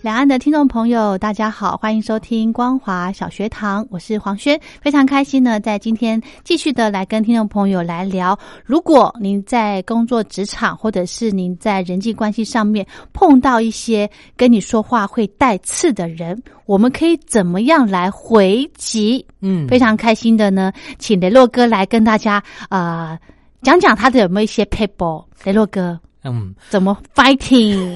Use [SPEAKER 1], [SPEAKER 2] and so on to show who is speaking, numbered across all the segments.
[SPEAKER 1] 两岸的听众朋友，大家好，欢迎收听光华小学堂，我是黄轩，非常开心呢，在今天继续的来跟听众朋友来聊，如果您在工作职场或者是您在人际关系上面碰到一些跟你说话会带刺的人，我们可以怎么样来回击？
[SPEAKER 2] 嗯
[SPEAKER 1] 非常开心的呢，请雷洛哥来跟大家啊、呃讲讲他的有没有一些 paper，雷洛哥
[SPEAKER 3] 嗯，
[SPEAKER 1] 怎么 fighting？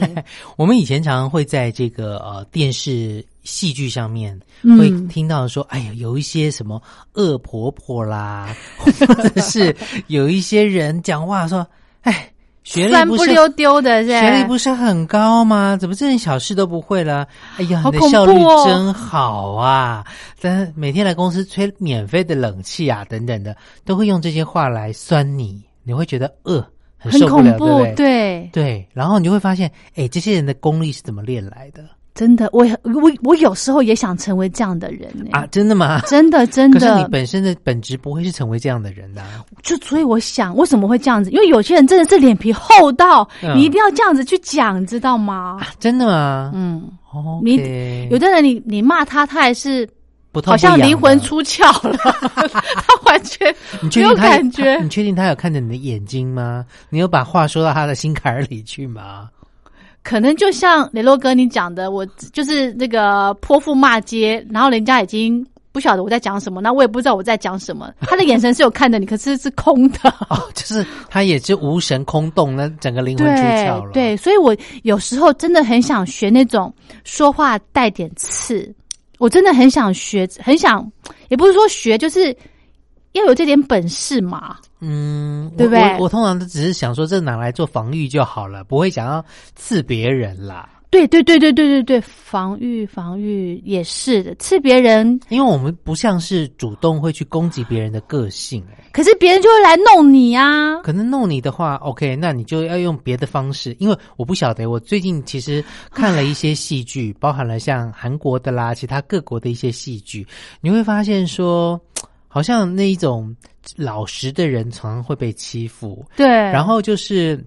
[SPEAKER 3] 我们以前常常会在这个呃电视戏剧上面
[SPEAKER 1] 嗯
[SPEAKER 3] 会听到说，哎呀，有一些什么恶婆婆啦， 或者是有一些人讲话说，哎，学历
[SPEAKER 1] 酸
[SPEAKER 3] 不
[SPEAKER 1] 不
[SPEAKER 3] 是
[SPEAKER 1] 溜丢的，是吧
[SPEAKER 3] 学历不是很高吗？怎么这点小事都不会了？哎呀，
[SPEAKER 1] 好
[SPEAKER 3] 你
[SPEAKER 1] 恐
[SPEAKER 3] 的效率
[SPEAKER 1] 怖哦
[SPEAKER 3] 真好啊！但每天来公司吹免费的冷气啊，等等的，都会用这些话来酸你，你会觉得呃很
[SPEAKER 1] 很
[SPEAKER 3] 受不
[SPEAKER 1] 恐
[SPEAKER 3] 了，对
[SPEAKER 1] 怖
[SPEAKER 3] 不，对？
[SPEAKER 1] 对，
[SPEAKER 3] 对，然后你就会发现，哎，这些人的功力是怎么练来的
[SPEAKER 1] 真的，我也我我有时候也想成为这样的人呢、
[SPEAKER 3] 啊？真的吗？
[SPEAKER 1] 真的真
[SPEAKER 3] 可是你
[SPEAKER 1] 的，
[SPEAKER 3] 本身的本质不会是成为这样的人的啊、
[SPEAKER 1] 就所以我想，为什么会这样子？因为有些人真的是脸皮厚到，
[SPEAKER 3] 嗯
[SPEAKER 1] 你一定要这样子去讲，知道吗？
[SPEAKER 3] 啊真的吗？
[SPEAKER 1] 嗯，
[SPEAKER 3] 哦、
[SPEAKER 1] 你有的人你你骂他，他还是
[SPEAKER 3] 不痛
[SPEAKER 1] 好像
[SPEAKER 3] 不痒
[SPEAKER 1] 灵魂
[SPEAKER 3] 的，
[SPEAKER 1] 出窍了， 他完全
[SPEAKER 3] 你确
[SPEAKER 1] 没有
[SPEAKER 3] 定他
[SPEAKER 1] 感觉
[SPEAKER 3] 你。确定他有看着你的眼睛吗？你有把话说到他的心坎儿里去吗？
[SPEAKER 1] 可能就像雷洛哥你讲的，我就是那个泼妇骂街，然后人家已经不晓得我在讲什么，那我也不知道我在讲什么。他的眼神是有看着你，可是是空的。
[SPEAKER 3] 哦，就是他也是无神空洞，那整个灵魂出
[SPEAKER 1] 对
[SPEAKER 3] 窍了。
[SPEAKER 1] 对，所以我有时候真的很想学那种说话带点刺，我真的很想学，很想，也不是说学，就是要有这点本事嘛。
[SPEAKER 3] 嗯，我
[SPEAKER 1] 对不对
[SPEAKER 3] 我我通常都只是想说，这拿来做防御就好了，不会想要刺别人啦。
[SPEAKER 1] 对对对对对对对，防御防御也是的，刺别人，
[SPEAKER 3] 因为我们不像是主动会去攻击别人的个性、哎
[SPEAKER 1] 可是别人就会来弄你啊。
[SPEAKER 3] 可能弄你的话，OK，那你就要用别的方式。因为我不晓得，我最近其实看了一些戏剧，包含了像韩国的啦，其他各国的一些戏剧，你会发现说，好像那一种老实的人常常会被欺负，
[SPEAKER 1] 对，
[SPEAKER 3] 然后就是。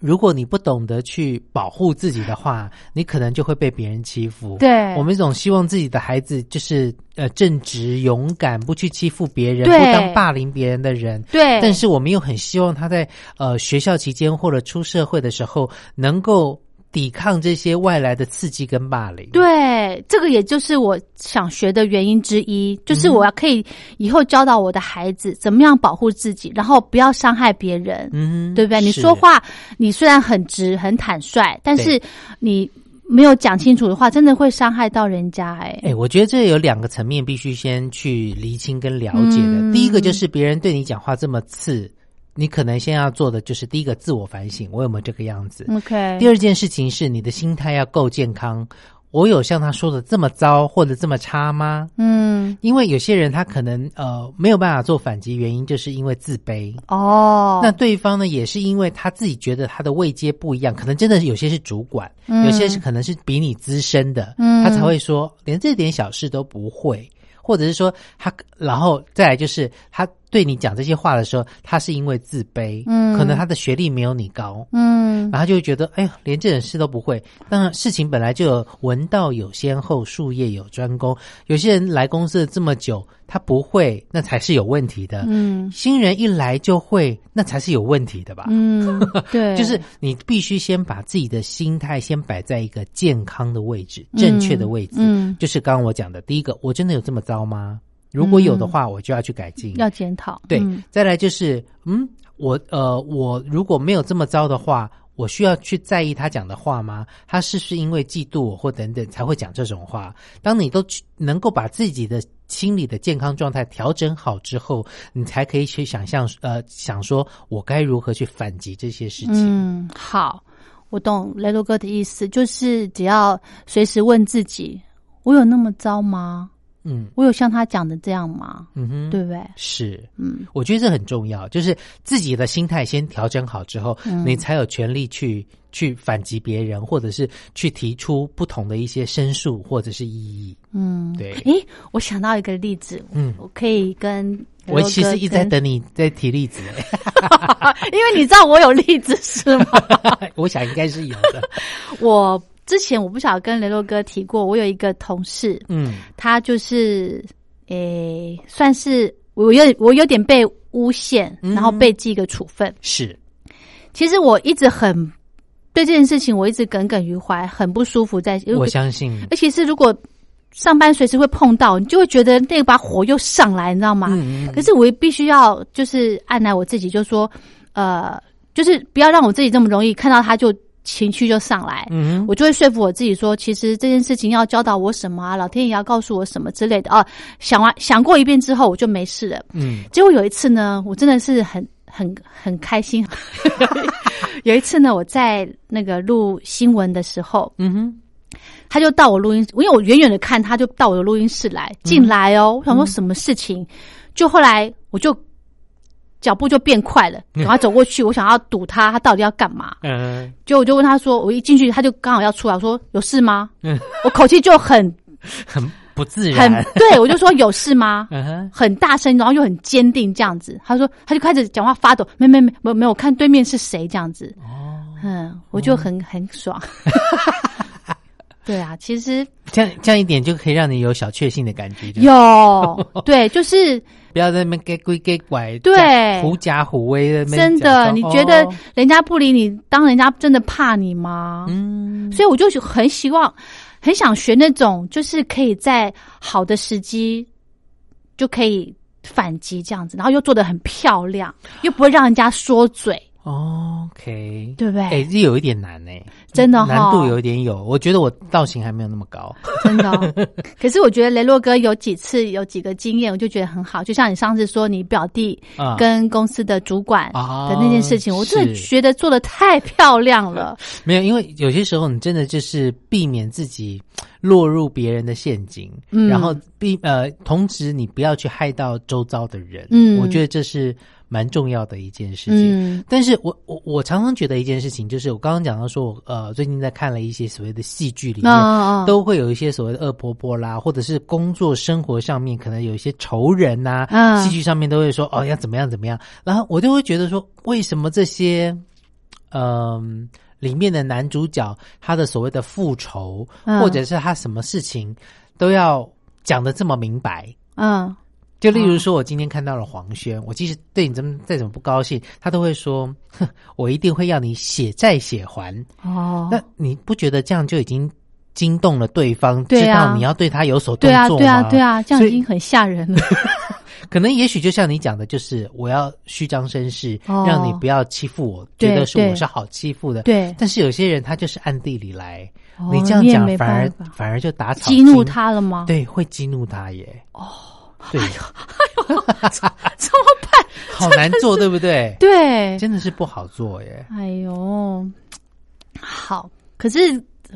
[SPEAKER 3] 如果你不懂得去保护自己的话，你可能就会被别人欺负。
[SPEAKER 1] 对，
[SPEAKER 3] 我们总希望自己的孩子就是呃正直、勇敢，不去欺负别人，
[SPEAKER 1] 对
[SPEAKER 3] 不当霸凌别人的人。
[SPEAKER 1] 对，
[SPEAKER 3] 但是我们又很希望他在呃学校期间或者出社会的时候，能够抵抗这些外来的刺激跟霸凌。，
[SPEAKER 1] 对，这个也就是我想学的原因之一，
[SPEAKER 3] 嗯
[SPEAKER 1] 就是我要可以以后教导我的孩子怎么样保护自己，然后不要伤害别人，
[SPEAKER 3] 嗯哼，
[SPEAKER 1] 对不对？你
[SPEAKER 3] 是
[SPEAKER 1] 说，话，你虽然很直很坦率，但是
[SPEAKER 3] 对
[SPEAKER 1] 你没有讲清楚的话，真的会伤害到人家、哎、
[SPEAKER 3] 哎，我觉得这有两个层面必须先去厘清跟了解的。
[SPEAKER 1] 嗯
[SPEAKER 3] 第一个就是别人对你讲话这么刺，你可能先要做的就是第一个自我反省，我有没有这个样子？
[SPEAKER 1] o k
[SPEAKER 3] 第二件事情是你的心态要够健康。我有像他说的这么糟或者这么差吗？
[SPEAKER 1] 嗯，
[SPEAKER 3] 因为有些人他可能呃没有办法做反击，原因就是因为自卑。
[SPEAKER 1] 哦，
[SPEAKER 3] 那对方呢，也是因为他自己觉得他的位阶不一样，可能真的有些是主管，
[SPEAKER 1] 嗯
[SPEAKER 3] 有些是可能是比你资深的，
[SPEAKER 1] 嗯
[SPEAKER 3] 他才会说连这点小事都不会，或者是说他，然后再来就是他对你讲这些话的时候，他是因为自卑，
[SPEAKER 1] 嗯
[SPEAKER 3] 可能他的学历没有你高，
[SPEAKER 1] 嗯，
[SPEAKER 3] 然后就会觉得，哎呀，连这点事都不会。那事情本来就有文道有先后，术业有专攻。有些人来公司了这么久，他不会，那才是有问题的。
[SPEAKER 1] 嗯，
[SPEAKER 3] 新人一来就会，那才是有问题的吧？
[SPEAKER 1] 嗯，对，
[SPEAKER 3] 就是你必须先把自己的心态先摆在一个健康的位置、正确的位置。
[SPEAKER 1] 嗯嗯
[SPEAKER 3] 就是刚刚我讲的，第一个，我真的有这么糟吗？如果有的话，我就要去改进。
[SPEAKER 1] 嗯要检讨。
[SPEAKER 3] 对，
[SPEAKER 1] 嗯
[SPEAKER 3] 再来就是，嗯，我呃，我如果没有这么糟的话，我需要去在意他讲的话吗？他是不是因为嫉妒我或等等才会讲这种话？当你都去能够把自己的心理的健康状态调整好之后，你才可以去想象，呃，想说我该如何去反击这些事情。
[SPEAKER 1] 嗯，好，我懂雷洛哥的意思，就是只要随时问自己：我有那么糟吗？
[SPEAKER 3] 嗯
[SPEAKER 1] 我有像他讲的这样吗？
[SPEAKER 3] 嗯哼，
[SPEAKER 1] 对不对？
[SPEAKER 3] 是。
[SPEAKER 1] 嗯，
[SPEAKER 3] 我觉得这很重要，就是自己的心态先调整好之后，
[SPEAKER 1] 嗯
[SPEAKER 3] 你才有权利去去反击别人，或者是去提出不同的一些申诉或者是异议。
[SPEAKER 1] 嗯，
[SPEAKER 3] 对
[SPEAKER 1] 诶，我想到一个例子，
[SPEAKER 3] 嗯，
[SPEAKER 1] 我可以跟雷洛
[SPEAKER 3] 我
[SPEAKER 1] 哥
[SPEAKER 3] 其实一直在
[SPEAKER 1] 跟，
[SPEAKER 3] 等你在提例子，
[SPEAKER 1] 因为你知道我有例子是吗？
[SPEAKER 3] 我想应该是有的。
[SPEAKER 1] 我之前我不晓得跟雷洛哥提过，我有一个同事，
[SPEAKER 3] 嗯
[SPEAKER 1] 他就是诶、算是我有我有点被诬陷，
[SPEAKER 3] 嗯
[SPEAKER 1] 然后被记一个处分。
[SPEAKER 3] 是，
[SPEAKER 1] 其实我一直很对这件事情，我一直耿耿于怀，很不舒服在。
[SPEAKER 3] 我相信。
[SPEAKER 1] 尤其是如果上班随时会碰到，你就会觉得那把火又上来，你知道吗？
[SPEAKER 3] 嗯，嗯
[SPEAKER 1] 可是我必须要就是按捺我自己，就说呃，就是不要让我自己这么容易看到他就情绪就上来。
[SPEAKER 3] 嗯
[SPEAKER 1] 我就会说服我自己说，其实这件事情要教导我什么啊，老天爷要告诉我什么之类的啊。想完想过一遍之后，我就没事了。
[SPEAKER 3] 嗯
[SPEAKER 1] 结果有一次呢，我真的是很很很开 心。有一次呢，我在那个录新闻的时候，
[SPEAKER 3] 嗯哼，
[SPEAKER 1] 他就到我录音，因为我远远的看，他就到我的录音室
[SPEAKER 3] 嗯
[SPEAKER 1] 来进来哦。我想说什么事情，就后来我就脚步就变快了，
[SPEAKER 3] 嗯
[SPEAKER 1] 然后走过去，我想要堵他，他到底要干嘛？
[SPEAKER 3] 嗯
[SPEAKER 1] 结果我就问他说，我一进去他就刚好要出来，我说有事吗？
[SPEAKER 3] 嗯，
[SPEAKER 1] 我口气就很
[SPEAKER 3] 很不自
[SPEAKER 1] 很
[SPEAKER 3] 然。
[SPEAKER 1] 对，我就说有事吗？
[SPEAKER 3] 嗯哼，
[SPEAKER 1] 很大声，然后又很坚定这样子。他说，他就开始讲话发抖，没没没没没有看对面是谁这样子。
[SPEAKER 3] 哦，
[SPEAKER 1] 嗯，我就很、很爽。 对啊，其实
[SPEAKER 3] 这样这样一点就可以让你有小确幸的感觉，就是
[SPEAKER 1] 有对，就是
[SPEAKER 3] 不要在那边给鬼给拐，
[SPEAKER 1] 对
[SPEAKER 3] 狐假虎威在那边
[SPEAKER 1] 真的。
[SPEAKER 3] 讲
[SPEAKER 1] 你
[SPEAKER 3] 说
[SPEAKER 1] 觉得
[SPEAKER 3] 哦
[SPEAKER 1] 人家不理你，当人家真的怕你吗？
[SPEAKER 3] 嗯，
[SPEAKER 1] 所以我就很希望，很想学那种，就是可以在好的时机就可以反击这样子，然后又做的很漂亮，又不会让人家说嘴，
[SPEAKER 3] OK，
[SPEAKER 1] 对不对？
[SPEAKER 3] 哎、这有一点难哎、
[SPEAKER 1] 真的
[SPEAKER 3] 难
[SPEAKER 1] 哈
[SPEAKER 3] 度有一点有。我觉得我造型还没有那么高。
[SPEAKER 1] 真的哦、 可是我觉得雷洛哥有几次有几个经验，我就觉得很好。就像你上次说你表弟
[SPEAKER 3] 啊、
[SPEAKER 1] 跟公司的主管
[SPEAKER 3] 啊
[SPEAKER 1] 的那件事情，我真的
[SPEAKER 3] 是
[SPEAKER 1] 觉得做的太漂亮了。
[SPEAKER 3] 没有，因为有些时候你真的就是避免自己落入别人的陷阱，
[SPEAKER 1] 嗯
[SPEAKER 3] 然后避呃，同时你不要去害到周遭的人。
[SPEAKER 1] 嗯
[SPEAKER 3] 我觉得这是蛮重要的一件事情。
[SPEAKER 1] 嗯
[SPEAKER 3] 但 是我我我常常觉得一件事情，就是我刚刚讲到说，我呃最近在看了一些所谓的戏剧里面，
[SPEAKER 1] 那
[SPEAKER 3] 都会有一些所谓的恶婆婆啦，或者是工作生活上面可能有一些仇人呐、
[SPEAKER 1] 嗯
[SPEAKER 3] 戏剧上面都会说哦要怎么样怎么样，然后我就会觉得说，为什么这些，嗯、里面的男主角他的所谓的复仇，
[SPEAKER 1] 嗯
[SPEAKER 3] 或者是他什么事情都要讲的这么明白。
[SPEAKER 1] 嗯
[SPEAKER 3] 就例如说，我今天看到了黄轩，我即使对你怎么再怎么不高兴，他都会说：“哼，我一定会要你血债血还。”
[SPEAKER 1] 哦，
[SPEAKER 3] 那你不觉得这样就已经惊动了对方，
[SPEAKER 1] 对啊
[SPEAKER 3] 知道你要对他有所动
[SPEAKER 1] 对啊
[SPEAKER 3] 作吗？
[SPEAKER 1] 对啊对啊，这样
[SPEAKER 3] 所
[SPEAKER 1] 已
[SPEAKER 3] 以
[SPEAKER 1] 经很吓人 了。
[SPEAKER 3] 可能也许就像你讲的，就是我要虚张声势，
[SPEAKER 1] 哦
[SPEAKER 3] 让你不要欺负我，
[SPEAKER 1] 对
[SPEAKER 3] 觉得是我
[SPEAKER 1] 对
[SPEAKER 3] 是好欺负的。
[SPEAKER 1] 对，
[SPEAKER 3] 但是有些人他就是暗地里来，
[SPEAKER 1] 哦
[SPEAKER 3] 你这样
[SPEAKER 1] 你也
[SPEAKER 3] 讲
[SPEAKER 1] 没
[SPEAKER 3] 反而
[SPEAKER 1] 办法
[SPEAKER 3] 反而就打草
[SPEAKER 1] 激怒
[SPEAKER 3] 惊，
[SPEAKER 1] 他了哎吗？
[SPEAKER 3] 对，会激怒他耶。哦，对，
[SPEAKER 1] 怎么办？
[SPEAKER 3] 好难做，对不对？
[SPEAKER 1] 对，
[SPEAKER 3] 真的是不好做耶。
[SPEAKER 1] 哎呦，好，可是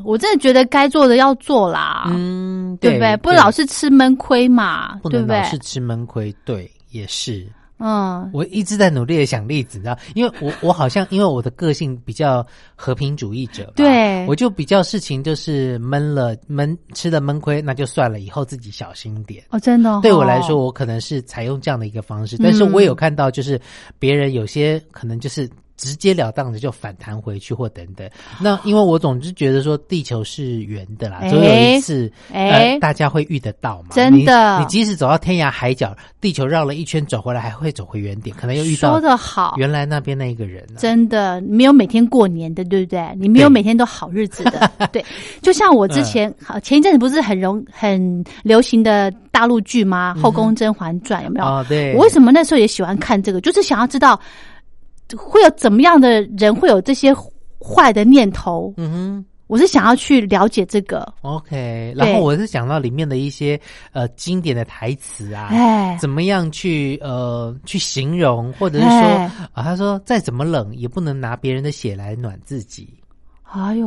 [SPEAKER 1] 我真的觉得该做的要做啦。
[SPEAKER 3] 嗯，
[SPEAKER 1] 啊对不对？不能老是吃闷亏嘛，
[SPEAKER 3] 不
[SPEAKER 1] 对
[SPEAKER 3] 能
[SPEAKER 1] 不对
[SPEAKER 3] 老？是吃闷亏，对，也是。
[SPEAKER 1] 嗯，
[SPEAKER 3] 我一直在努力的想例子，你知道，因为我我好像因为我的个性比较和平主义者吧，
[SPEAKER 1] 对
[SPEAKER 3] 我就比较事情就是闷了闷吃了闷亏，那就算了，以后自己小心点。
[SPEAKER 1] 哦，真的、哦，
[SPEAKER 3] 对我来说，，我可能是采用这样的一个方式，但是我有看到就是别人有些可能就是直截了当的就反弹回去或等等。那因为我总是觉得说地球是圆的啦，
[SPEAKER 1] 哎
[SPEAKER 3] 总有一次、
[SPEAKER 1] 哎
[SPEAKER 3] 呃大家会遇得到嘛。
[SPEAKER 1] 真的
[SPEAKER 3] 你，你即使走到天涯海角，地球绕了一圈走回来，还会走回原点，可能又遇到
[SPEAKER 1] 说的好。
[SPEAKER 3] 原来那边那一个人、啊。
[SPEAKER 1] 真的没有每天过年的，对不对？你没有
[SPEAKER 3] 对
[SPEAKER 1] 每天都好日子的，对。就像我之前，
[SPEAKER 3] 嗯
[SPEAKER 1] 好前一阵子不是很容很流行的大陆剧吗？《后宫甄嬛传》有没有？
[SPEAKER 3] 嗯哦，对，
[SPEAKER 1] 我为什么那时候也喜欢看这个？就是想要知道会有怎么样的人会有这些坏的念头。
[SPEAKER 3] 嗯哼。
[SPEAKER 1] 我是想要去了解这个，
[SPEAKER 3] OK，
[SPEAKER 1] 对
[SPEAKER 3] 然后我是讲到里面的一些呃经典的台词啊，
[SPEAKER 1] 哎，
[SPEAKER 3] 怎么样去呃去形容，或者是说
[SPEAKER 1] 哎
[SPEAKER 3] 啊、他说再怎么冷也不能拿别人的血来暖自己，
[SPEAKER 1] 哎呦，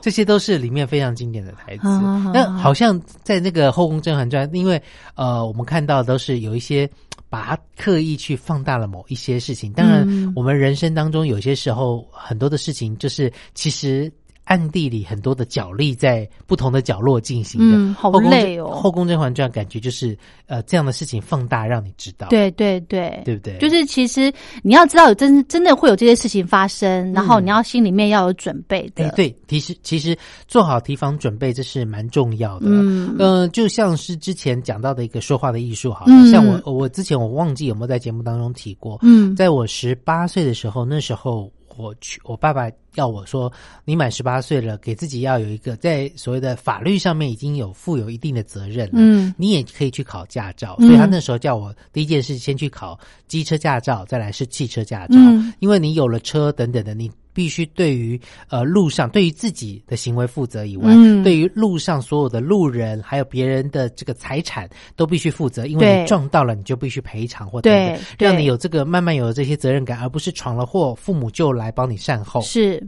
[SPEAKER 3] 这些都是里面非常经典的台词。
[SPEAKER 1] 啊啊啊
[SPEAKER 3] 那好像在那个《后宫甄嬛传》，因为呃我们看到都是有一些。呃把它刻意去放大了某一些事情，当然
[SPEAKER 1] 嗯，
[SPEAKER 3] 我们人生当中有些时候很多的事情，就是其实暗地里很多的角力在不同的角落进行的。
[SPEAKER 1] 嗯，好
[SPEAKER 3] 后宫
[SPEAKER 1] 累
[SPEAKER 3] 甄
[SPEAKER 1] 哦
[SPEAKER 3] 后。宫甄嬛传感觉就是呃这样的事情放大让你知道，
[SPEAKER 1] 对对对，
[SPEAKER 3] 对不对？
[SPEAKER 1] 就是其实你要知道有真真的会有这些事情发生，然后你要心里面要有准备
[SPEAKER 3] 嗯哎
[SPEAKER 1] 的。，
[SPEAKER 3] 对，其实其实做好提防准备这是蛮重要的。
[SPEAKER 1] 嗯
[SPEAKER 3] 呃，就像是之前讲到的一个说话的艺术，好了，
[SPEAKER 1] 嗯
[SPEAKER 3] 像我呃我之前我忘记有没有在节目当中提过，
[SPEAKER 1] 嗯，
[SPEAKER 3] 在我十八岁的时候，那时候我去，我爸爸要我说，你满十八岁了，给自己要有一个在所谓的法律上面已经有负有一定的责任了，
[SPEAKER 1] 嗯
[SPEAKER 3] 你也可以去考驾照。
[SPEAKER 1] 嗯
[SPEAKER 3] 所以他那时候叫我第一件事先去考机车驾照，再来是汽车驾照，
[SPEAKER 1] 嗯
[SPEAKER 3] 因为你有了车等等的，你。必须对于呃路上对于自己的行为负责以外，
[SPEAKER 1] 嗯
[SPEAKER 3] 对于路上所有的路人还有别人的这个财产都必须负责，因为
[SPEAKER 1] 对
[SPEAKER 3] 你撞到了你就必须赔偿或等
[SPEAKER 1] 对
[SPEAKER 3] 等，让
[SPEAKER 1] 对
[SPEAKER 3] 你有这个慢慢有这些责任感，而不是闯了祸，父母就来帮你善后。
[SPEAKER 1] 是，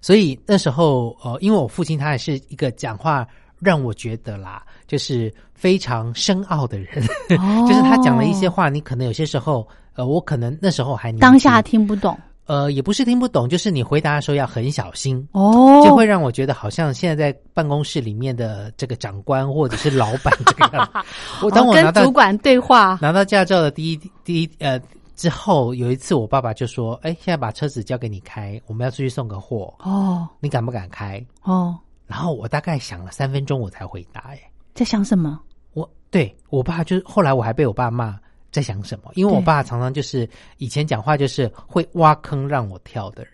[SPEAKER 3] 所以那时候，呃，因为我父亲他也是一个讲话让我觉得啦，就是非常深奥的人，
[SPEAKER 1] 就
[SPEAKER 3] 就是他讲了一些话，你可能有些时候，呃，我可能那时候还年
[SPEAKER 1] 哦
[SPEAKER 3] 轻
[SPEAKER 1] 当下，听不懂
[SPEAKER 3] 呃，也不是听不懂，就是你回答的时候要很小心。
[SPEAKER 1] 哦，
[SPEAKER 3] 嗯就会让我觉得好像现在在办公室里面的这个长官或者是老板这个样 子。我当
[SPEAKER 1] 哦
[SPEAKER 3] 我拿
[SPEAKER 1] 跟
[SPEAKER 3] 到
[SPEAKER 1] 主管对话，
[SPEAKER 3] 拿到驾照的第一第一呃之后，有一次我爸爸就说：“哎，现在把车子交给你开，我们要出去送个货，
[SPEAKER 1] 哦
[SPEAKER 3] 你敢不敢开
[SPEAKER 1] 哦，？”
[SPEAKER 3] 然后我大概想了三分钟，我才回答：“哎，
[SPEAKER 1] 在想什么？
[SPEAKER 3] 我对我爸就是后来我还被我爸骂。”在想什么？因为我
[SPEAKER 1] 对
[SPEAKER 3] 爸常常就是以前讲话就是会挖坑让我跳的人，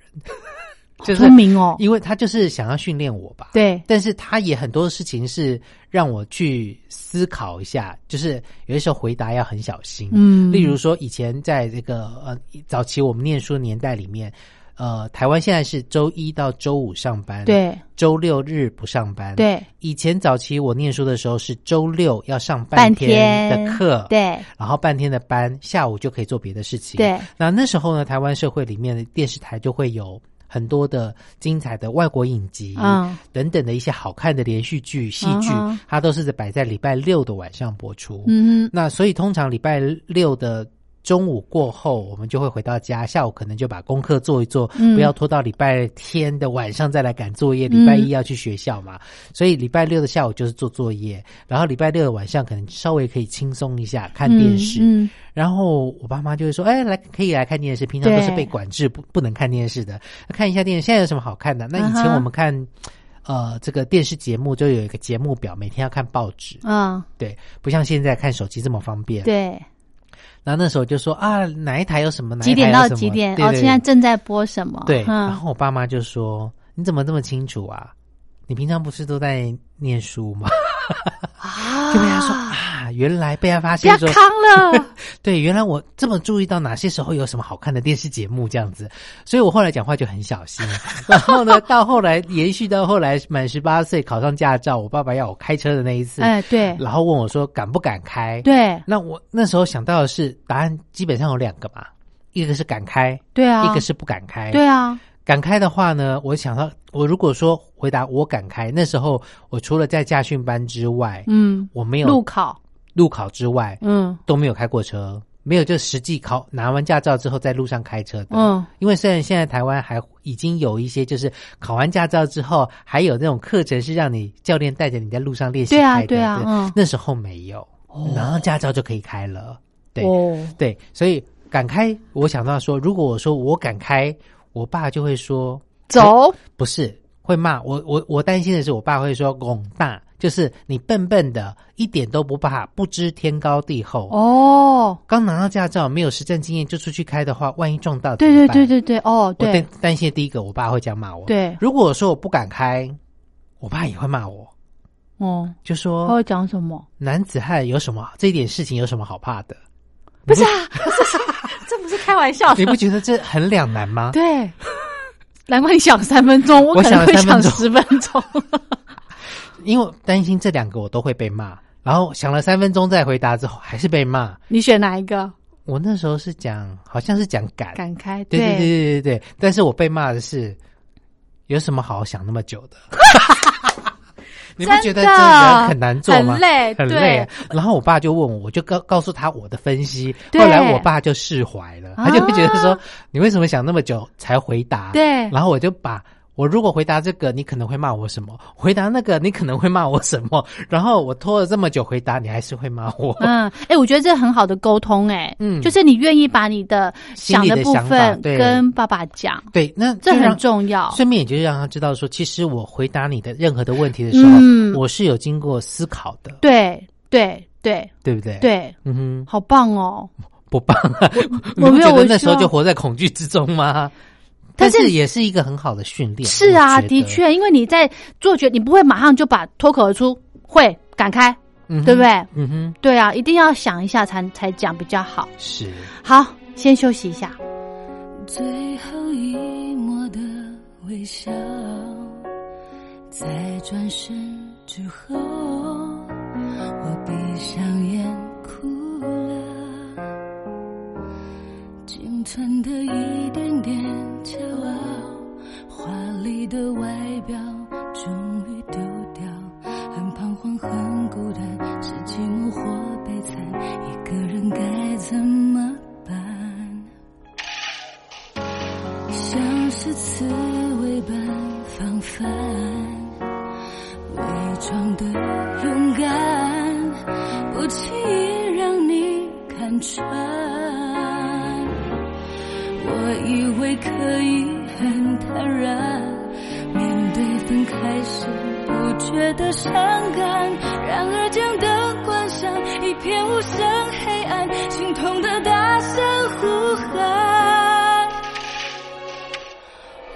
[SPEAKER 3] 就是
[SPEAKER 1] 聪明哦，
[SPEAKER 3] 因为他就是想要训练我吧。
[SPEAKER 1] 对，
[SPEAKER 3] 但是他也很多事情是让我去思考一下，就是有些时候回答要很小心。
[SPEAKER 1] 嗯
[SPEAKER 3] 例如说以前在这个呃早期我们念书的年代里面，呃，台湾现在是周一到周五上班，，
[SPEAKER 1] 对
[SPEAKER 3] 周六日不上班。，
[SPEAKER 1] 对
[SPEAKER 3] 以前早期我念书的时候是周六要上
[SPEAKER 1] 半
[SPEAKER 3] 天
[SPEAKER 1] 天
[SPEAKER 3] 的课，，
[SPEAKER 1] 对
[SPEAKER 3] 然后半天的班，下午就可以做别的事情。
[SPEAKER 1] 对，
[SPEAKER 3] 那那时候呢，台湾社会里面的电视台就会有很多的精彩的外国影集，
[SPEAKER 1] 嗯
[SPEAKER 3] 等等的一些好看的连续剧、戏剧
[SPEAKER 1] 嗯哼，
[SPEAKER 3] 它都是摆在礼拜六的晚上播出。
[SPEAKER 1] 嗯哼
[SPEAKER 3] 那所以通常礼拜六的中午过后，我们就会回到家，下午可能就把功课做一做，
[SPEAKER 1] 嗯
[SPEAKER 3] 不要拖到礼拜天的晚上再来赶作业。礼拜一要去学校
[SPEAKER 1] 嗯
[SPEAKER 3] 嘛，所以礼拜六的下午就是做作业，然后礼拜六的晚上可能稍微可以轻松一下，看电视。
[SPEAKER 1] 嗯嗯
[SPEAKER 3] 然后我爸妈就会说：“哎，来可以来看电视，平常都是
[SPEAKER 1] 对
[SPEAKER 3] 被管制不不能看电视的，看一下电视。现在有什么好看的？那以
[SPEAKER 1] 嗯
[SPEAKER 3] 前
[SPEAKER 1] 哼
[SPEAKER 3] 我们看。”呃，这个电视节目就有一个节目表，每天要看报纸，
[SPEAKER 1] 嗯，
[SPEAKER 3] 对，不像现在看手机这么方便。，
[SPEAKER 1] 对，
[SPEAKER 3] 然后那时候就说啊，哪一台有什么，哪一
[SPEAKER 1] 几
[SPEAKER 3] 台
[SPEAKER 1] 点
[SPEAKER 3] 有
[SPEAKER 1] 到
[SPEAKER 3] 什么
[SPEAKER 1] 几点？
[SPEAKER 3] 对
[SPEAKER 1] 哦，
[SPEAKER 3] 对
[SPEAKER 1] 现在正在播什么？
[SPEAKER 3] 对。然
[SPEAKER 1] 嗯，
[SPEAKER 3] 后我爸妈就说：“你怎么这么清楚啊？你平常不是都在念书吗？”
[SPEAKER 1] 啊
[SPEAKER 3] 就被他说啊，原来被他发
[SPEAKER 1] 不
[SPEAKER 3] 现
[SPEAKER 1] 要
[SPEAKER 3] 说
[SPEAKER 1] 康 了，
[SPEAKER 3] 对，原来我这么注意到哪些时候有什么好看的电视节目这样子，所以我后来讲话就很小心。 然后呢，到后来延续到后来满十八岁考上驾照，我爸爸要我开车的那一次，
[SPEAKER 1] 哎，对
[SPEAKER 3] 然后问我说敢不敢开？，
[SPEAKER 1] 对
[SPEAKER 3] 那我那时候想到的是答案基本上有两个嘛，一个是敢开，
[SPEAKER 1] 对啊，
[SPEAKER 3] 一个是不敢开。
[SPEAKER 1] 对啊，
[SPEAKER 3] 敢开的话呢，我想到我如果说回答我敢开，那时候我除了在驾训班之外，
[SPEAKER 1] 嗯，
[SPEAKER 3] 我没有
[SPEAKER 1] 路考，
[SPEAKER 3] 路考之外，
[SPEAKER 1] 嗯
[SPEAKER 3] 都没有开过车，没有就实际考拿完驾照之后在路上开车的。
[SPEAKER 1] 嗯，
[SPEAKER 3] 因为虽然现在台湾还已经有一些，就是考完驾照之后还有那种课程是让你教练带着你在路上练习
[SPEAKER 1] 对啊
[SPEAKER 3] 开的，
[SPEAKER 1] 对啊嗯
[SPEAKER 3] 那时候没有，拿到驾照就可以开了，对、
[SPEAKER 1] 哦，
[SPEAKER 3] 对，所以敢开，我想到说，如果我说我敢开，我爸就会说
[SPEAKER 1] 走，
[SPEAKER 3] 不是，会骂我。我我担心的是，我爸会说“拱大”，就是你笨笨的，一点都不怕，不知天高地厚。
[SPEAKER 1] 哦，
[SPEAKER 3] 刚拿到驾照，没有实战经验就出去开的话，万一撞到，
[SPEAKER 1] 对对对，对对，哦，
[SPEAKER 3] 我
[SPEAKER 1] 对
[SPEAKER 3] 担担心的第一个，我爸会这样骂我。，
[SPEAKER 1] 对，
[SPEAKER 3] 如果我说我不敢开，我爸也会骂我，
[SPEAKER 1] 哦，
[SPEAKER 3] 就
[SPEAKER 1] 他
[SPEAKER 3] 说
[SPEAKER 1] 会讲什么？
[SPEAKER 3] 男子汉有什么这一点事情有什么好怕的？
[SPEAKER 1] 不是啊，这是 这不是开玩笑
[SPEAKER 3] 你
[SPEAKER 1] 的，
[SPEAKER 3] 不觉得这很两难吗？
[SPEAKER 1] 对。难怪你想三分钟，我
[SPEAKER 3] 我
[SPEAKER 1] 可能
[SPEAKER 3] 想
[SPEAKER 1] 会
[SPEAKER 3] 了三
[SPEAKER 1] 想
[SPEAKER 3] 分钟
[SPEAKER 1] 十分钟。
[SPEAKER 3] 因为担心这两个我都会被骂，然后想了三分钟再回答之后还是被骂。
[SPEAKER 1] 你选哪一个？
[SPEAKER 3] 我那时候是讲，好像是讲敢，
[SPEAKER 1] 敢开？
[SPEAKER 3] 对对对对对对，但是我被骂的是有什么好想那么 久的？你不觉得
[SPEAKER 1] 真的
[SPEAKER 3] 这人很难做吗？
[SPEAKER 1] 很累
[SPEAKER 3] 很
[SPEAKER 1] 对
[SPEAKER 3] 累。啊然后我爸就问我，我就告告诉他我的分析。
[SPEAKER 1] 对
[SPEAKER 3] 后来我爸就释怀了，
[SPEAKER 1] 啊
[SPEAKER 3] 他就会觉得说，你为什么想那么久才回答？
[SPEAKER 1] 对
[SPEAKER 3] 然后我就把我如果回答这个，你可能会骂我什么；回答那个，你可能会骂我什么。 然后我拖了这么久回答，你还是会骂我。
[SPEAKER 1] 嗯，哎、我觉得这很好的沟通、哎，
[SPEAKER 3] 嗯
[SPEAKER 1] 就是你愿意把你的
[SPEAKER 3] 心
[SPEAKER 1] 想
[SPEAKER 3] 里的
[SPEAKER 1] 部
[SPEAKER 3] 想法
[SPEAKER 1] 分
[SPEAKER 3] 对
[SPEAKER 1] 跟爸爸讲，
[SPEAKER 3] 对，那
[SPEAKER 1] 这
[SPEAKER 3] 就让
[SPEAKER 1] 很重要。
[SPEAKER 3] 顺便也就是让他知道说，其实我回答你的任何的问题的时候，
[SPEAKER 1] 嗯
[SPEAKER 3] 我是有经过思考的，
[SPEAKER 1] 对对对
[SPEAKER 3] 对不对？，
[SPEAKER 1] 对，
[SPEAKER 3] 嗯哼，
[SPEAKER 1] 好棒哦！
[SPEAKER 3] 不棒、啊！你
[SPEAKER 1] 我
[SPEAKER 3] 不
[SPEAKER 1] 没有
[SPEAKER 3] 觉得
[SPEAKER 1] 我
[SPEAKER 3] 那时候
[SPEAKER 1] 希望
[SPEAKER 3] 就活在恐惧之中吗？
[SPEAKER 1] 但
[SPEAKER 3] 但
[SPEAKER 1] 是
[SPEAKER 3] 是也是一个很好的训练。
[SPEAKER 1] 是
[SPEAKER 3] 我
[SPEAKER 1] 啊，
[SPEAKER 3] 觉得
[SPEAKER 1] 的，确，因为你在做决，你不会马上就把脱口而出会敢开，
[SPEAKER 3] 嗯哼
[SPEAKER 1] 对不？对？
[SPEAKER 3] 嗯哼，
[SPEAKER 1] 对啊，一定要想一下才才讲比较好。
[SPEAKER 3] 是。
[SPEAKER 1] 好，先休息一下。
[SPEAKER 4] 最后一抹的微笑，在转身之后，我闭上眼哭了。仅存的一点点骄傲，华丽的外表终于丢掉，很彷徨，很孤单，是寂寞或悲惨，一个人该怎么办？像是刺猬般防范，伪装的勇敢，不轻易让你看穿。我以为可以很坦然面对分开时不觉得伤感，然而这样的关上一片无声黑暗，心痛的大声呼喊。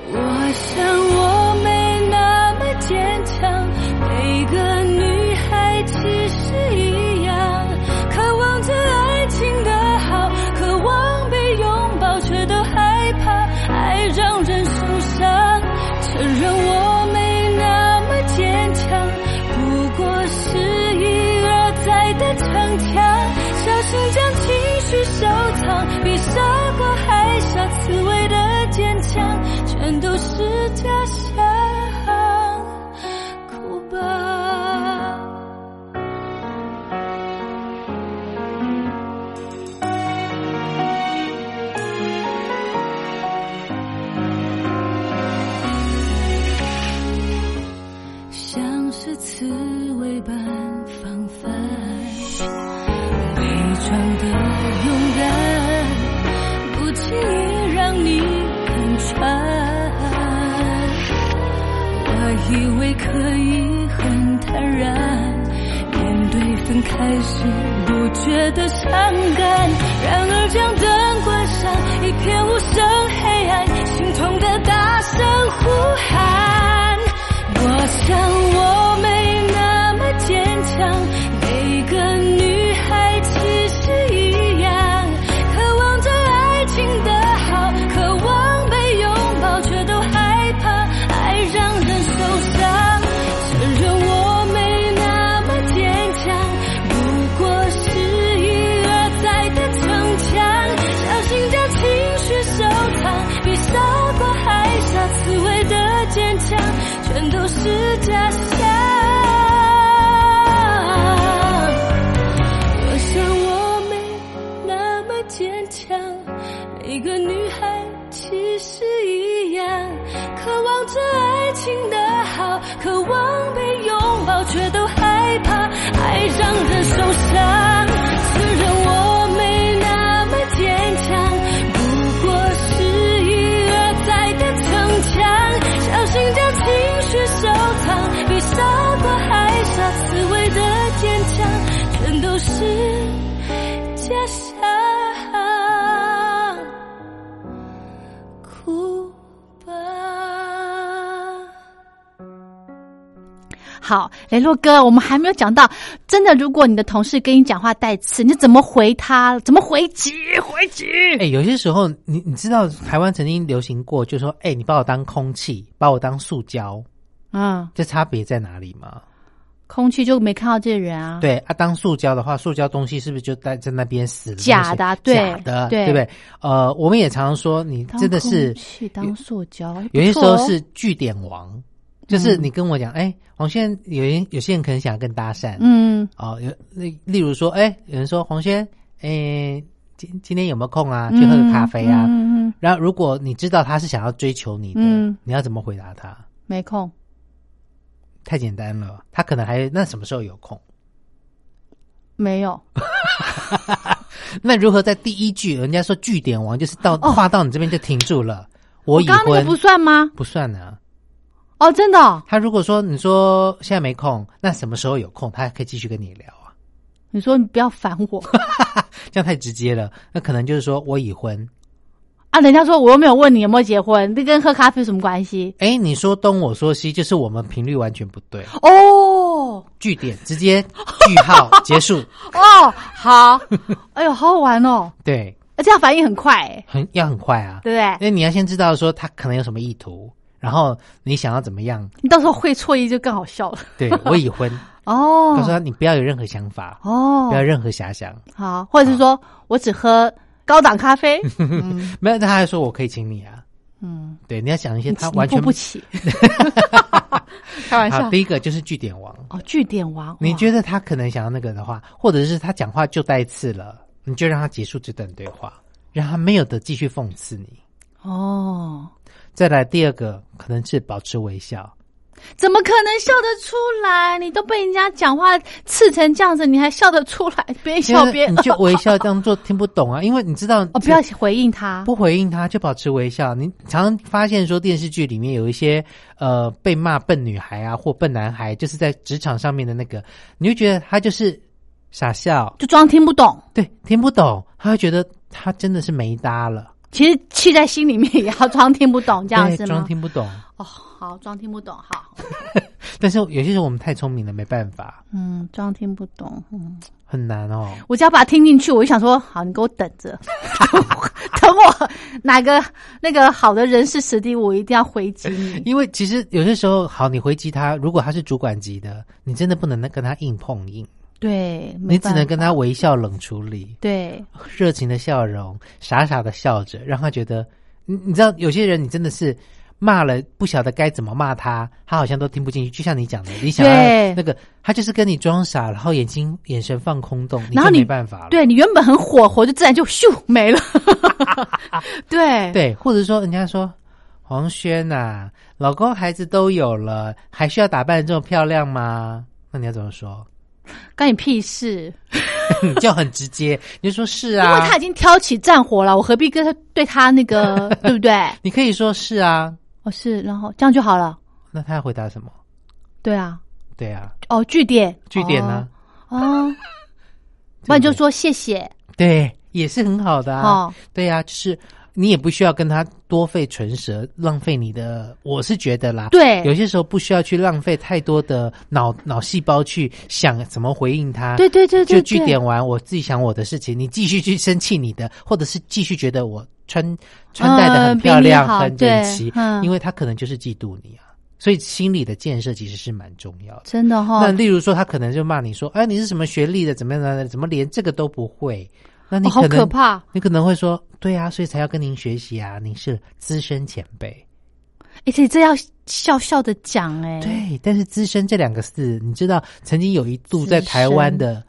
[SPEAKER 4] 我想我没那么坚强，每个女孩其实一样，渴望着爱情的好，渴望被拥抱，却都害怕爱让人受伤。承认我没那么坚强，不过是一而再的逞强，小心将情绪收藏，比傻瓜还傻，刺猬的坚强。全都是假象，哭吧。像是刺猬般防范，伪装的勇敢，不轻易让你看穿。我以为可以很坦然面对分开时不觉得伤感，然而将灯关上，一片无声黑暗，心痛的大声呼喊。我想我没那么坚强，每个女孩其实一样，渴望着爱情的好，渴望被拥抱，却都害怕爱让人受伤。承认我没那么坚强，不过是一而再的逞强，小心将情绪收藏，比傻瓜还傻，刺猬的坚强，全都是假象。
[SPEAKER 1] 好，雷洛哥，我们还没有讲到，真的，如果你的同事跟你讲话带刺，你怎么回他？怎么回击？回击？
[SPEAKER 3] 哎、有些时候你你知道台湾曾经流行过，就说哎、你把我当空气，把我当塑胶，
[SPEAKER 1] 嗯，
[SPEAKER 3] 这差别在哪里吗？
[SPEAKER 1] 空气就没看到这个人啊。，
[SPEAKER 3] 对啊，当塑胶的话，塑胶东西是不是就待在那边死了？
[SPEAKER 1] 假的啊对
[SPEAKER 3] 假的，
[SPEAKER 1] 对
[SPEAKER 3] 对不对？呃，我们也常说，你
[SPEAKER 1] 当
[SPEAKER 3] 真的
[SPEAKER 1] 空
[SPEAKER 3] 是
[SPEAKER 1] 气当塑胶，哎
[SPEAKER 3] 有些时
[SPEAKER 1] 不
[SPEAKER 3] 候
[SPEAKER 1] 错哦嗯
[SPEAKER 3] 是据点王，就是你跟我讲，哎、黄轩，有人有些人可能想跟你搭讪，，
[SPEAKER 1] 嗯
[SPEAKER 3] 哦，有例例如说，哎、有人说黄轩，哎、今今天有没有空啊？去喝个咖啡啊？
[SPEAKER 1] 嗯嗯嗯，
[SPEAKER 3] 然后，如果你知道他是想要追求你的，
[SPEAKER 1] 嗯
[SPEAKER 3] 你要怎么回答他？
[SPEAKER 1] 没空。
[SPEAKER 3] 太简单了，他可能还那什么时候有空？
[SPEAKER 1] 没有，
[SPEAKER 3] 那如何在第一句，人家说据点王就是到、
[SPEAKER 1] 哦
[SPEAKER 3] 话到你这边就停住了？我已
[SPEAKER 1] 刚刚那
[SPEAKER 3] 婚
[SPEAKER 1] 个不算吗？
[SPEAKER 3] 不算啊。
[SPEAKER 1] 哦，真的哦、
[SPEAKER 3] 他如果说你说现在没空，那什么时候有空，他还可以继续跟你聊啊。
[SPEAKER 1] 你说你不要烦 我
[SPEAKER 3] 这样太直接了，那可能就是说我已婚。
[SPEAKER 1] 啊！人家说我又没有问你有没有结婚，这跟喝咖啡有什么关系？
[SPEAKER 3] 哎，你说东我说西，就是我们频率完全不对。
[SPEAKER 1] 哦
[SPEAKER 3] 据点直接句 号结束，
[SPEAKER 1] 哦， 好，哎呦，好好玩哦！
[SPEAKER 3] 对，
[SPEAKER 1] 而且他反应很快、哎
[SPEAKER 3] 很要很快啊。
[SPEAKER 1] 对不对？
[SPEAKER 3] 那你要先知道说他可能有什么意图，然后你想要怎么 样？
[SPEAKER 1] 你到时候会错意就更好笑了。
[SPEAKER 3] 对我已婚，
[SPEAKER 1] 哦
[SPEAKER 3] 告诉他你不要有任何想法，
[SPEAKER 1] 哦
[SPEAKER 3] 不要任何遐想。
[SPEAKER 1] 好，或者是说我只喝高档咖 啡，嗯
[SPEAKER 3] 没有，他还说我可以请你啊。
[SPEAKER 1] 嗯，
[SPEAKER 3] 对，你要想一些
[SPEAKER 1] 你
[SPEAKER 3] 他
[SPEAKER 1] 你
[SPEAKER 3] 完全
[SPEAKER 1] 付不起，开玩
[SPEAKER 3] 好，
[SPEAKER 1] 笑。
[SPEAKER 3] 第一个就是据点王，
[SPEAKER 1] 哦，据点王，
[SPEAKER 3] 你
[SPEAKER 1] 哇
[SPEAKER 3] 觉得他可能想要那个的话，或者是他讲话就带刺了，你就让他结束这段对话，让他没有的继续讽刺你。
[SPEAKER 1] 哦，
[SPEAKER 3] 再来第二个可能是保持微笑，
[SPEAKER 1] 怎么可能笑得出来？你都被人家讲话刺成这样子，你还笑得出来？边笑
[SPEAKER 3] 因为
[SPEAKER 1] 边
[SPEAKER 3] 你就微笑当做听不懂啊，因为你知道
[SPEAKER 1] 哦，不要回应他。
[SPEAKER 3] 不回应他，就保持微笑。你常常发现说电视剧里面有一些呃被骂笨女孩啊或笨男孩，就是在职场上面的那个，你会觉得他就是傻笑，
[SPEAKER 1] 就装听不懂，
[SPEAKER 3] 对，听不懂，他会觉得他真的是没搭了，
[SPEAKER 1] 其实气在心里面也要装听不懂，这样
[SPEAKER 3] 对
[SPEAKER 1] 是
[SPEAKER 3] 装
[SPEAKER 1] 吗？
[SPEAKER 3] 听不懂。
[SPEAKER 1] 哦，好，装听不懂，好，
[SPEAKER 3] 但是有些时候我们太聪明了，没办法，
[SPEAKER 1] 嗯，装听不懂，嗯，
[SPEAKER 3] 很难哦。
[SPEAKER 1] 我只要把它听进去，我就想说，好，你给我等 着，等我哪个那个好的人事实地，我一定要回击你。
[SPEAKER 3] 因为其实有些时候，好，你回击他，如果他是主管级的，你真的不能跟他硬碰硬，
[SPEAKER 1] 对，没
[SPEAKER 3] 你只
[SPEAKER 1] 办
[SPEAKER 3] 能
[SPEAKER 1] 法
[SPEAKER 3] 跟他微笑冷处理，
[SPEAKER 1] 对，
[SPEAKER 3] 热情的笑容，傻傻的笑着，让他觉得，你你知道，有些人你真的是骂了，不晓得该怎么骂他，他好像都听不进去。就像你讲的，你想
[SPEAKER 1] 对
[SPEAKER 3] 要那个，他就是跟你装傻，然后眼睛眼神放空洞，
[SPEAKER 1] 然后
[SPEAKER 3] 就
[SPEAKER 1] 你
[SPEAKER 3] 没办法了。
[SPEAKER 1] 对你原本很火候，就自然就咻没 了。对，
[SPEAKER 3] 对，或者说人家说黄轩呐、老公孩子都有了，还需要打扮得这么漂亮吗？那你要怎么说？
[SPEAKER 1] 干你屁事！
[SPEAKER 3] 你就很直接，你就说是
[SPEAKER 1] 因为
[SPEAKER 3] 啊
[SPEAKER 1] 他，已经挑起战火了，我何必跟他对他那 个，对不对？
[SPEAKER 3] 你可以说是啊。
[SPEAKER 1] 我是，然后这样就好了。
[SPEAKER 3] 那他要回答什么？
[SPEAKER 1] 对啊，
[SPEAKER 3] 对啊，
[SPEAKER 1] 哦，据点，
[SPEAKER 3] 据点啊呢？
[SPEAKER 1] 哦，哦，
[SPEAKER 3] 对
[SPEAKER 1] 不然就说谢谢
[SPEAKER 3] 对，也是很好的啊。
[SPEAKER 1] 哦，
[SPEAKER 3] 对啊，就是你也不需要跟他多费唇舌，浪费你的。我是觉得啦，
[SPEAKER 1] 对
[SPEAKER 3] 有些时候不需要去浪费太多的脑脑细胞去想怎么回应他。
[SPEAKER 1] 对对对对
[SPEAKER 3] 就据
[SPEAKER 1] 对
[SPEAKER 3] 点完，我自己想我的事情，你继续去生气你的，或者是继续觉得我穿穿戴的很漂
[SPEAKER 1] 嗯
[SPEAKER 3] 亮、
[SPEAKER 1] 比你好
[SPEAKER 3] 很整齐
[SPEAKER 1] 对，嗯
[SPEAKER 3] 因为他可能就是嫉妒你啊。所以心理的建设其实是蛮重要的。
[SPEAKER 1] 真的哈、
[SPEAKER 3] 那例如说，他可能就骂你说：“哎，你是什么学历的？怎么样的？怎么连这个都不会？”那你
[SPEAKER 1] 哦好
[SPEAKER 3] 可能、
[SPEAKER 1] 可怕！
[SPEAKER 3] 你可能会说：“对啊，所以才要跟您学习啊，您是资深前辈。
[SPEAKER 1] 而且哎这要笑笑的讲哎、”
[SPEAKER 3] 对，但是“资深”这两个字，你知道，曾经有一度在台湾的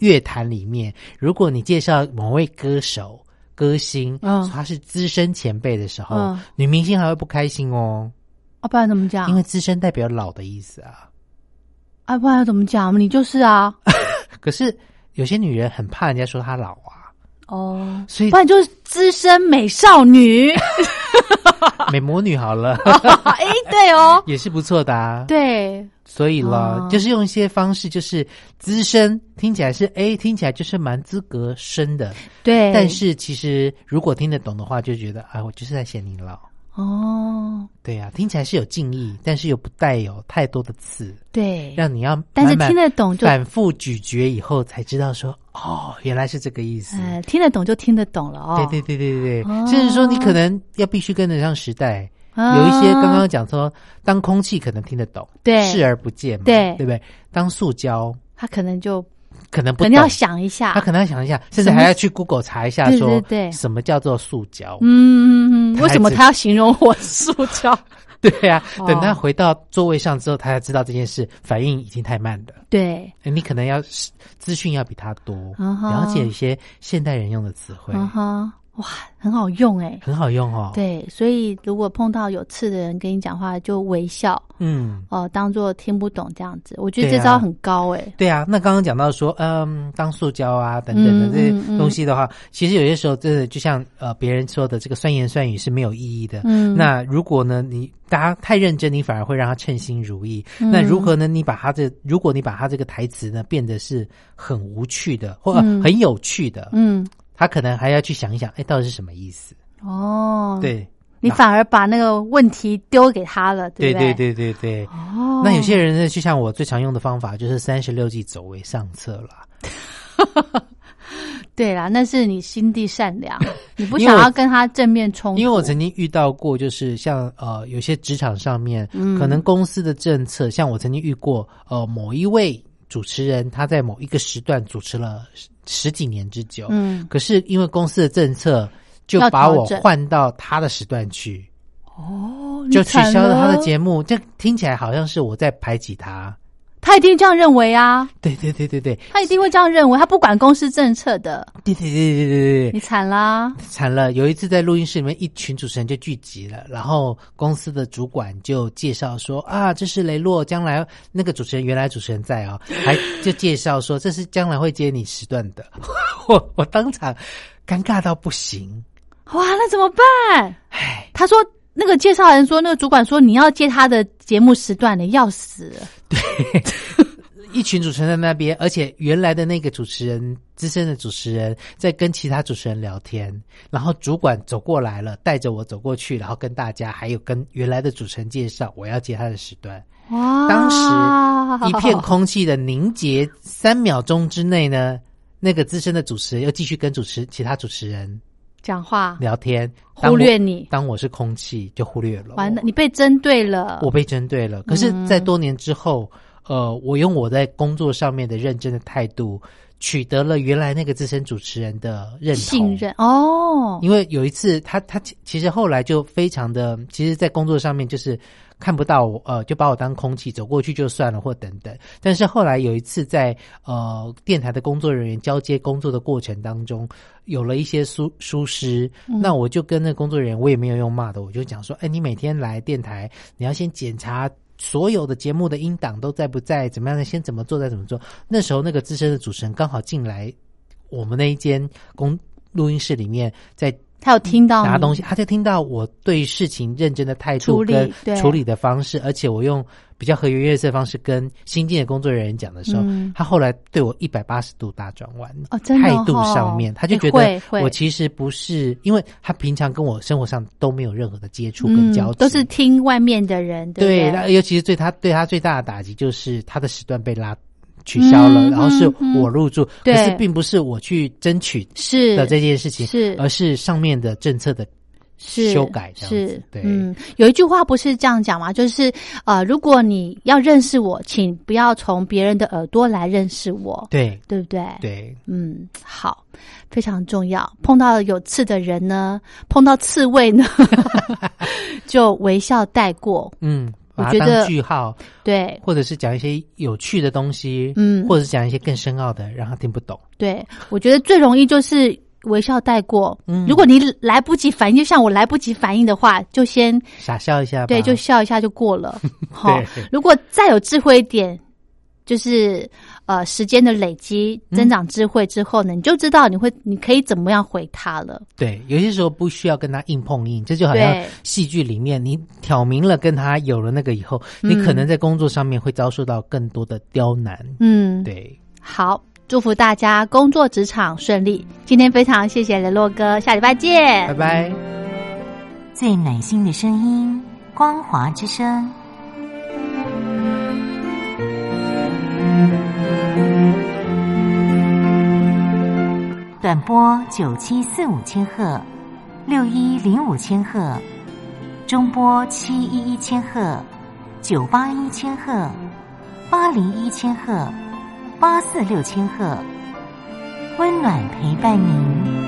[SPEAKER 3] 乐坛里面，如果你介绍某位歌手、歌星，
[SPEAKER 1] 嗯
[SPEAKER 3] 他是资深前辈的时候，
[SPEAKER 1] 嗯
[SPEAKER 3] 女明星还会不开心哦，
[SPEAKER 1] 啊，不然怎么讲？
[SPEAKER 3] 因为资深代表老的意思啊。
[SPEAKER 1] 啊，不然要怎么讲？你就是啊，
[SPEAKER 3] 可是有些女人很怕人家说她老啊，
[SPEAKER 1] 哦，
[SPEAKER 3] 所以
[SPEAKER 1] 不然就是资深美少 女。
[SPEAKER 3] 美魔女好了。
[SPEAKER 1] 哎，对哦，
[SPEAKER 3] 也是不错的啊。，
[SPEAKER 1] 对，
[SPEAKER 3] 所以啦，
[SPEAKER 1] 哦
[SPEAKER 3] 就是用一些方式，就是资深听起来是哎，听起来就是蛮资格深的，
[SPEAKER 1] 对，
[SPEAKER 3] 但是其实如果听得懂的话，就觉得啊，我就是在嫌你老。
[SPEAKER 1] 哦，
[SPEAKER 3] 对啊，听起来是有敬意，但是又不带有太多的刺，
[SPEAKER 1] 对，
[SPEAKER 3] 让你要
[SPEAKER 1] 但是
[SPEAKER 3] 慢慢
[SPEAKER 1] 听得懂就
[SPEAKER 3] 反复咀嚼以后才知道说，哦，原来是这个意思。
[SPEAKER 1] 呃听得懂就听得懂了哦。
[SPEAKER 3] 对对对对对，
[SPEAKER 1] 哦
[SPEAKER 3] 甚至说你可能要必须跟得上时代。
[SPEAKER 1] 啊
[SPEAKER 3] 有一些刚刚讲说，当空气可能听得懂，
[SPEAKER 1] 对
[SPEAKER 3] 视而不见嘛，
[SPEAKER 1] 对
[SPEAKER 3] 对不对？当塑胶
[SPEAKER 1] 他可能就
[SPEAKER 3] 可能
[SPEAKER 1] 可
[SPEAKER 3] 不
[SPEAKER 1] 能
[SPEAKER 3] 懂，
[SPEAKER 1] 要想一下，
[SPEAKER 3] 他可能要想一下，甚
[SPEAKER 1] 什
[SPEAKER 3] 至
[SPEAKER 1] 么
[SPEAKER 3] 还要去 Google 查一下
[SPEAKER 1] 对
[SPEAKER 3] 说，
[SPEAKER 1] 对对
[SPEAKER 3] 什么叫做塑胶？
[SPEAKER 1] 嗯，嗯嗯嗯为什么
[SPEAKER 3] 孩子
[SPEAKER 1] 他要形容我塑胶？
[SPEAKER 3] 对呀、
[SPEAKER 1] 哦
[SPEAKER 3] 等他回到座位上之后，他才知道这件事，反应已经太慢了。哎
[SPEAKER 1] 对，
[SPEAKER 3] 你可能要是资讯要比他多，
[SPEAKER 1] 嗯哼
[SPEAKER 3] 了解一些现代人用的词汇，
[SPEAKER 1] 嗯哼，哇，很好用哎、
[SPEAKER 3] 很好用哦。，
[SPEAKER 1] 对，所以如果碰到有刺的人跟你讲话，就微笑
[SPEAKER 3] 嗯，
[SPEAKER 1] 哦、当做听不懂这样子。我觉得
[SPEAKER 3] 对
[SPEAKER 1] 这
[SPEAKER 3] 啊
[SPEAKER 1] 招很高哎、
[SPEAKER 3] 对啊。那刚刚讲到说，嗯，当塑胶啊等等的
[SPEAKER 1] 嗯
[SPEAKER 3] 这些
[SPEAKER 1] 嗯
[SPEAKER 3] 东西的话，其实有些时候真的就像呃别人说的，这个酸言酸语是没有意义的。
[SPEAKER 1] 嗯，
[SPEAKER 3] 那如果呢，你大家太认真，你反而会让他称心如意。
[SPEAKER 1] 嗯
[SPEAKER 3] 那如何呢？你把他这，如果你把他这个台词呢变得是很无趣的，或、呃
[SPEAKER 1] 嗯
[SPEAKER 3] 很有趣的，
[SPEAKER 1] 嗯
[SPEAKER 3] 他可能还要去想一想，哎，到底是什么意思？
[SPEAKER 1] 哦，，
[SPEAKER 3] 对，
[SPEAKER 1] 你反而把那个问题丢给他了，
[SPEAKER 3] 对
[SPEAKER 1] 不
[SPEAKER 3] 对
[SPEAKER 1] 对
[SPEAKER 3] 对对对。
[SPEAKER 1] 哦，
[SPEAKER 3] 那有些人呢，就像我最常用的方法，就是三十六计走为上策啦。
[SPEAKER 1] 对啦，那是你心地善 良，你不
[SPEAKER 3] 因为
[SPEAKER 1] 想
[SPEAKER 3] 我
[SPEAKER 1] 要跟他正面冲突，
[SPEAKER 3] 因为我曾经遇到过，就是像呃，有些职场上面，可能公司的政策，像我曾经遇过，呃，某一位主持人他在某一个时段主持了十十几年之久，
[SPEAKER 1] 嗯
[SPEAKER 3] 可是因为公司的政策，就
[SPEAKER 1] 要
[SPEAKER 3] 把
[SPEAKER 1] 调
[SPEAKER 3] 我
[SPEAKER 1] 整
[SPEAKER 3] 换到他的时段去，
[SPEAKER 1] 哦，
[SPEAKER 3] 就取消了他的
[SPEAKER 1] 目，
[SPEAKER 3] 节目。这听起来好像是我在排挤他。
[SPEAKER 1] 他一定这样认为啊，
[SPEAKER 3] 对对对对对
[SPEAKER 1] 他一定会这样认为，他不管公司政策的，
[SPEAKER 3] 对对对对对对
[SPEAKER 1] 你惨啦，
[SPEAKER 3] 惨了！有一次在录音室里面，一群主持人就聚集了，然后公司的主管就介绍说：“啊，这是雷洛，将来那个主持人原来主持人在啊、还就介绍说这是将来会接你时段的。 我”我当场尴尬到不行，哎
[SPEAKER 1] 哇，那怎么办？
[SPEAKER 3] 唉，
[SPEAKER 1] 他说那个介绍人说，那个主管说你要接他的节目时段的，要死了，
[SPEAKER 3] 一群主持人在那边，而且原来的那个主持人，资深的主持人在跟其他主持人聊天，然后主管走过来了，带着我走过去，然后跟大家还有跟原来的主持人介绍我要接他的时段。
[SPEAKER 1] 哇，
[SPEAKER 3] 当时一片空气的凝结，三秒钟之内呢，那个资深的主持人又继续跟主持其他主持人
[SPEAKER 1] 讲话
[SPEAKER 3] 聊天，当
[SPEAKER 1] 忽
[SPEAKER 3] 我
[SPEAKER 1] 略你，
[SPEAKER 3] 当我是空气就忽略了我，
[SPEAKER 1] 完了，你嗯被针对了，
[SPEAKER 3] 我被针对了。可是，在多年之后，呃，我用我在工作上面的认真的态度，取得了原来那个资深主持人的认同
[SPEAKER 1] 信任哦，
[SPEAKER 3] 因为有一次他，他其其实后来就非常的，其实，在工作上面就是看不到我，呃，就把我当空气走过去就算了，或等等。但是后来有一次在呃电台的工作人员交接工作的过程当中，有了一些疏疏失，那我就跟那工作人员，我也没有用骂的，我就讲说，哎，你每天来电台，你要先检查。所有的节目的音档都在不在？怎么样的？先怎么做？再怎么做？那时候那个资深的主持人刚好进来我们那一间公录音室里面，在
[SPEAKER 1] 他有听到
[SPEAKER 3] 拿
[SPEAKER 1] 你
[SPEAKER 3] 东西，他就听到我对事情认真的态
[SPEAKER 1] 嗯处
[SPEAKER 3] 度
[SPEAKER 1] 理
[SPEAKER 3] 跟
[SPEAKER 1] 对
[SPEAKER 3] 处理的方式，而且我用比较和颜悦色的方式跟新进的工作人员讲的时候，他后来对我一百八十度大转弯。
[SPEAKER 1] 哦，嗯真的
[SPEAKER 3] 态
[SPEAKER 1] 哦
[SPEAKER 3] 度上面，他就
[SPEAKER 1] 哎
[SPEAKER 3] 觉
[SPEAKER 1] 会
[SPEAKER 3] 得
[SPEAKER 1] 会
[SPEAKER 3] 我其实不是，因为他平常跟我生活上都没有任何的接触
[SPEAKER 1] 嗯
[SPEAKER 3] 跟交集，
[SPEAKER 1] 都是听外面的人，对
[SPEAKER 3] 对，
[SPEAKER 1] 不
[SPEAKER 3] 那尤其是对他对他最大的打击就是他的时段被拉取消了，
[SPEAKER 1] 嗯
[SPEAKER 3] 然后是
[SPEAKER 1] 嗯
[SPEAKER 3] 我入住，
[SPEAKER 1] 对
[SPEAKER 3] 可是并不是我去争取
[SPEAKER 1] 是
[SPEAKER 3] 的这件事情，
[SPEAKER 1] 是
[SPEAKER 3] 而是上面的政策的
[SPEAKER 1] 是
[SPEAKER 3] 修改这样子
[SPEAKER 1] 是
[SPEAKER 3] 对
[SPEAKER 1] 嗯，有一句话不是这样讲吗？就是呃，如果你要认识我，请不要从别人的耳朵来认识我，
[SPEAKER 3] 对
[SPEAKER 1] 对不对？
[SPEAKER 3] 对，
[SPEAKER 1] 嗯，好，非常重要。碰到有刺的人呢，碰到刺猬 呢， 就微笑带过。
[SPEAKER 3] 嗯，
[SPEAKER 1] 我
[SPEAKER 3] 把
[SPEAKER 1] 觉
[SPEAKER 3] 它
[SPEAKER 1] 得
[SPEAKER 3] 当句号，
[SPEAKER 1] 对
[SPEAKER 3] 或者是讲一些有趣的东西，
[SPEAKER 1] 嗯
[SPEAKER 3] 或者是讲一些更深奥的，让他听不懂。
[SPEAKER 1] 对，我觉得最容易就是微笑带过。
[SPEAKER 3] 嗯
[SPEAKER 1] 如果你来不及反应，就像我来不及反应的话，就先
[SPEAKER 3] 傻笑一下吧，
[SPEAKER 1] 对，就笑一下就过 了。好
[SPEAKER 3] 对，
[SPEAKER 1] 如果再有智慧一点，就是呃时间的累积、增长智慧之后呢，你就知道你会你可以怎么样回他了。
[SPEAKER 3] 对，有些时候不需要跟他硬碰硬，这就好像
[SPEAKER 1] 对
[SPEAKER 3] 戏剧里面你挑明了跟他有了那个以后，你可能在工作上面会遭受到更多的刁难。
[SPEAKER 1] 嗯，
[SPEAKER 3] 对，
[SPEAKER 1] 好，祝福大家工作嗯职场顺利。今天非常谢谢雷洛哥，下礼拜见，
[SPEAKER 3] 拜拜。
[SPEAKER 5] 最暖心的声音，光华之声。短波九七四五千赫，六一零五千赫，中波七一一千赫，九八一千赫，八零一千赫，八四六千赫，温暖陪伴您。